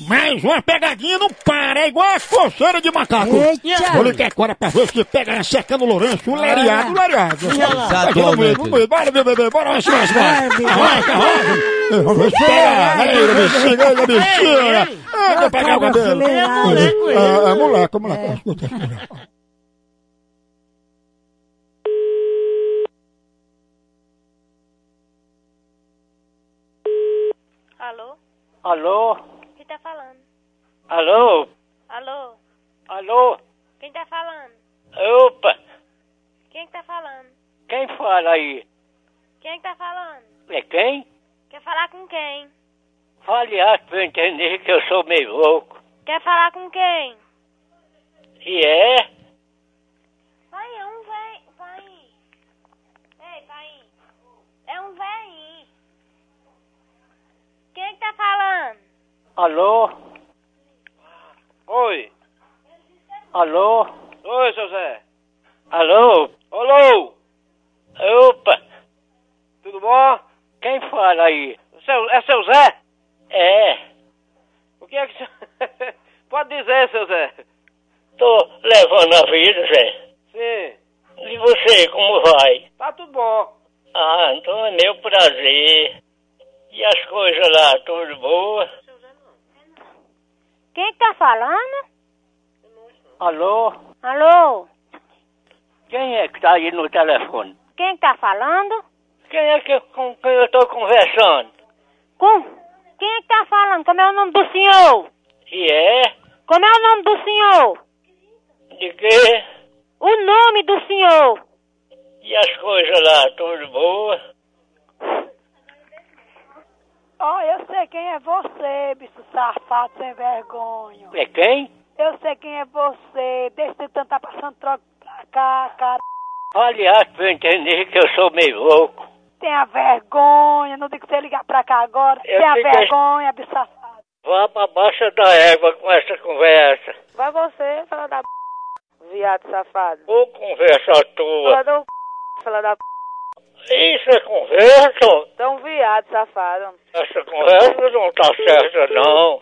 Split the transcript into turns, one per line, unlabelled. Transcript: Mas uma pegadinha não para, é igual a coceira de macaco.
Eita!
Vou ligar agora pra ver se pega na cerca do Lourenço, o lariado, o lariado.
Olha lá.
Aqui no meio, no meio. Bora, bebê, bebê, bora, mais, mais, mais. Arranca, arranca. Eu vou esperar. Aí, da bexiga, aí, da bexiga. Ah, vou pegar o cabelo.
É moleque, é.
Ah, É moleque, é moleque. Escuta, escuta.
Alô?
Alô?
Quem tá falando?
Alô?
Alô?
Alô?
Quem tá falando?
Opa!
Quem que tá falando?
Quem fala aí?
Quem que tá falando?
É quem?
Quer falar com quem?
Fale alto pra eu entender que eu sou meio louco.
Quer falar com quem?
E é?
Pai, é um velho. Pai. Ei, pai. É um velho. Quem que tá falando?
Alô? Oi. Alô? Oi, seu Zé. Alô? Alô? Opa! Tudo bom? Quem fala aí? é seu Zé? É. O que é que... Pode dizer, seu Zé.
Tô levando a vida, Zé.
Sim.
E você, como vai?
Tá tudo bom.
Ah, então é meu prazer. E as coisas lá, tudo boa?
Quem que tá falando?
Alô?
Alô?
Quem é que tá aí no telefone?
Quem que tá falando?
Quem é que com quem eu tô conversando?
Com? Quem que tá falando? Como é o nome do senhor?
E é?
Como é o nome do senhor?
De quê?
O nome do senhor?
E as coisas lá, tudo boa?
Ó, eu sei quem é você, bicho safado sem vergonha.
É quem?
Eu sei quem é você. Deixa de tentar passando troca pra cá, cara.
Fale alto pra eu entender que eu sou meio louco.
Tenha vergonha. Não tem que você ligar pra cá agora.
Eu
Tenha
fico-
vergonha, bicho safado.
Vá pra baixa da égua com essa conversa.
Vai você, fala da p... Viado safado.
Ô conversa tua.
do p... Fala da p...
Isso é conversa?
Então, viado safado.
Essa conversa não tá certa, não.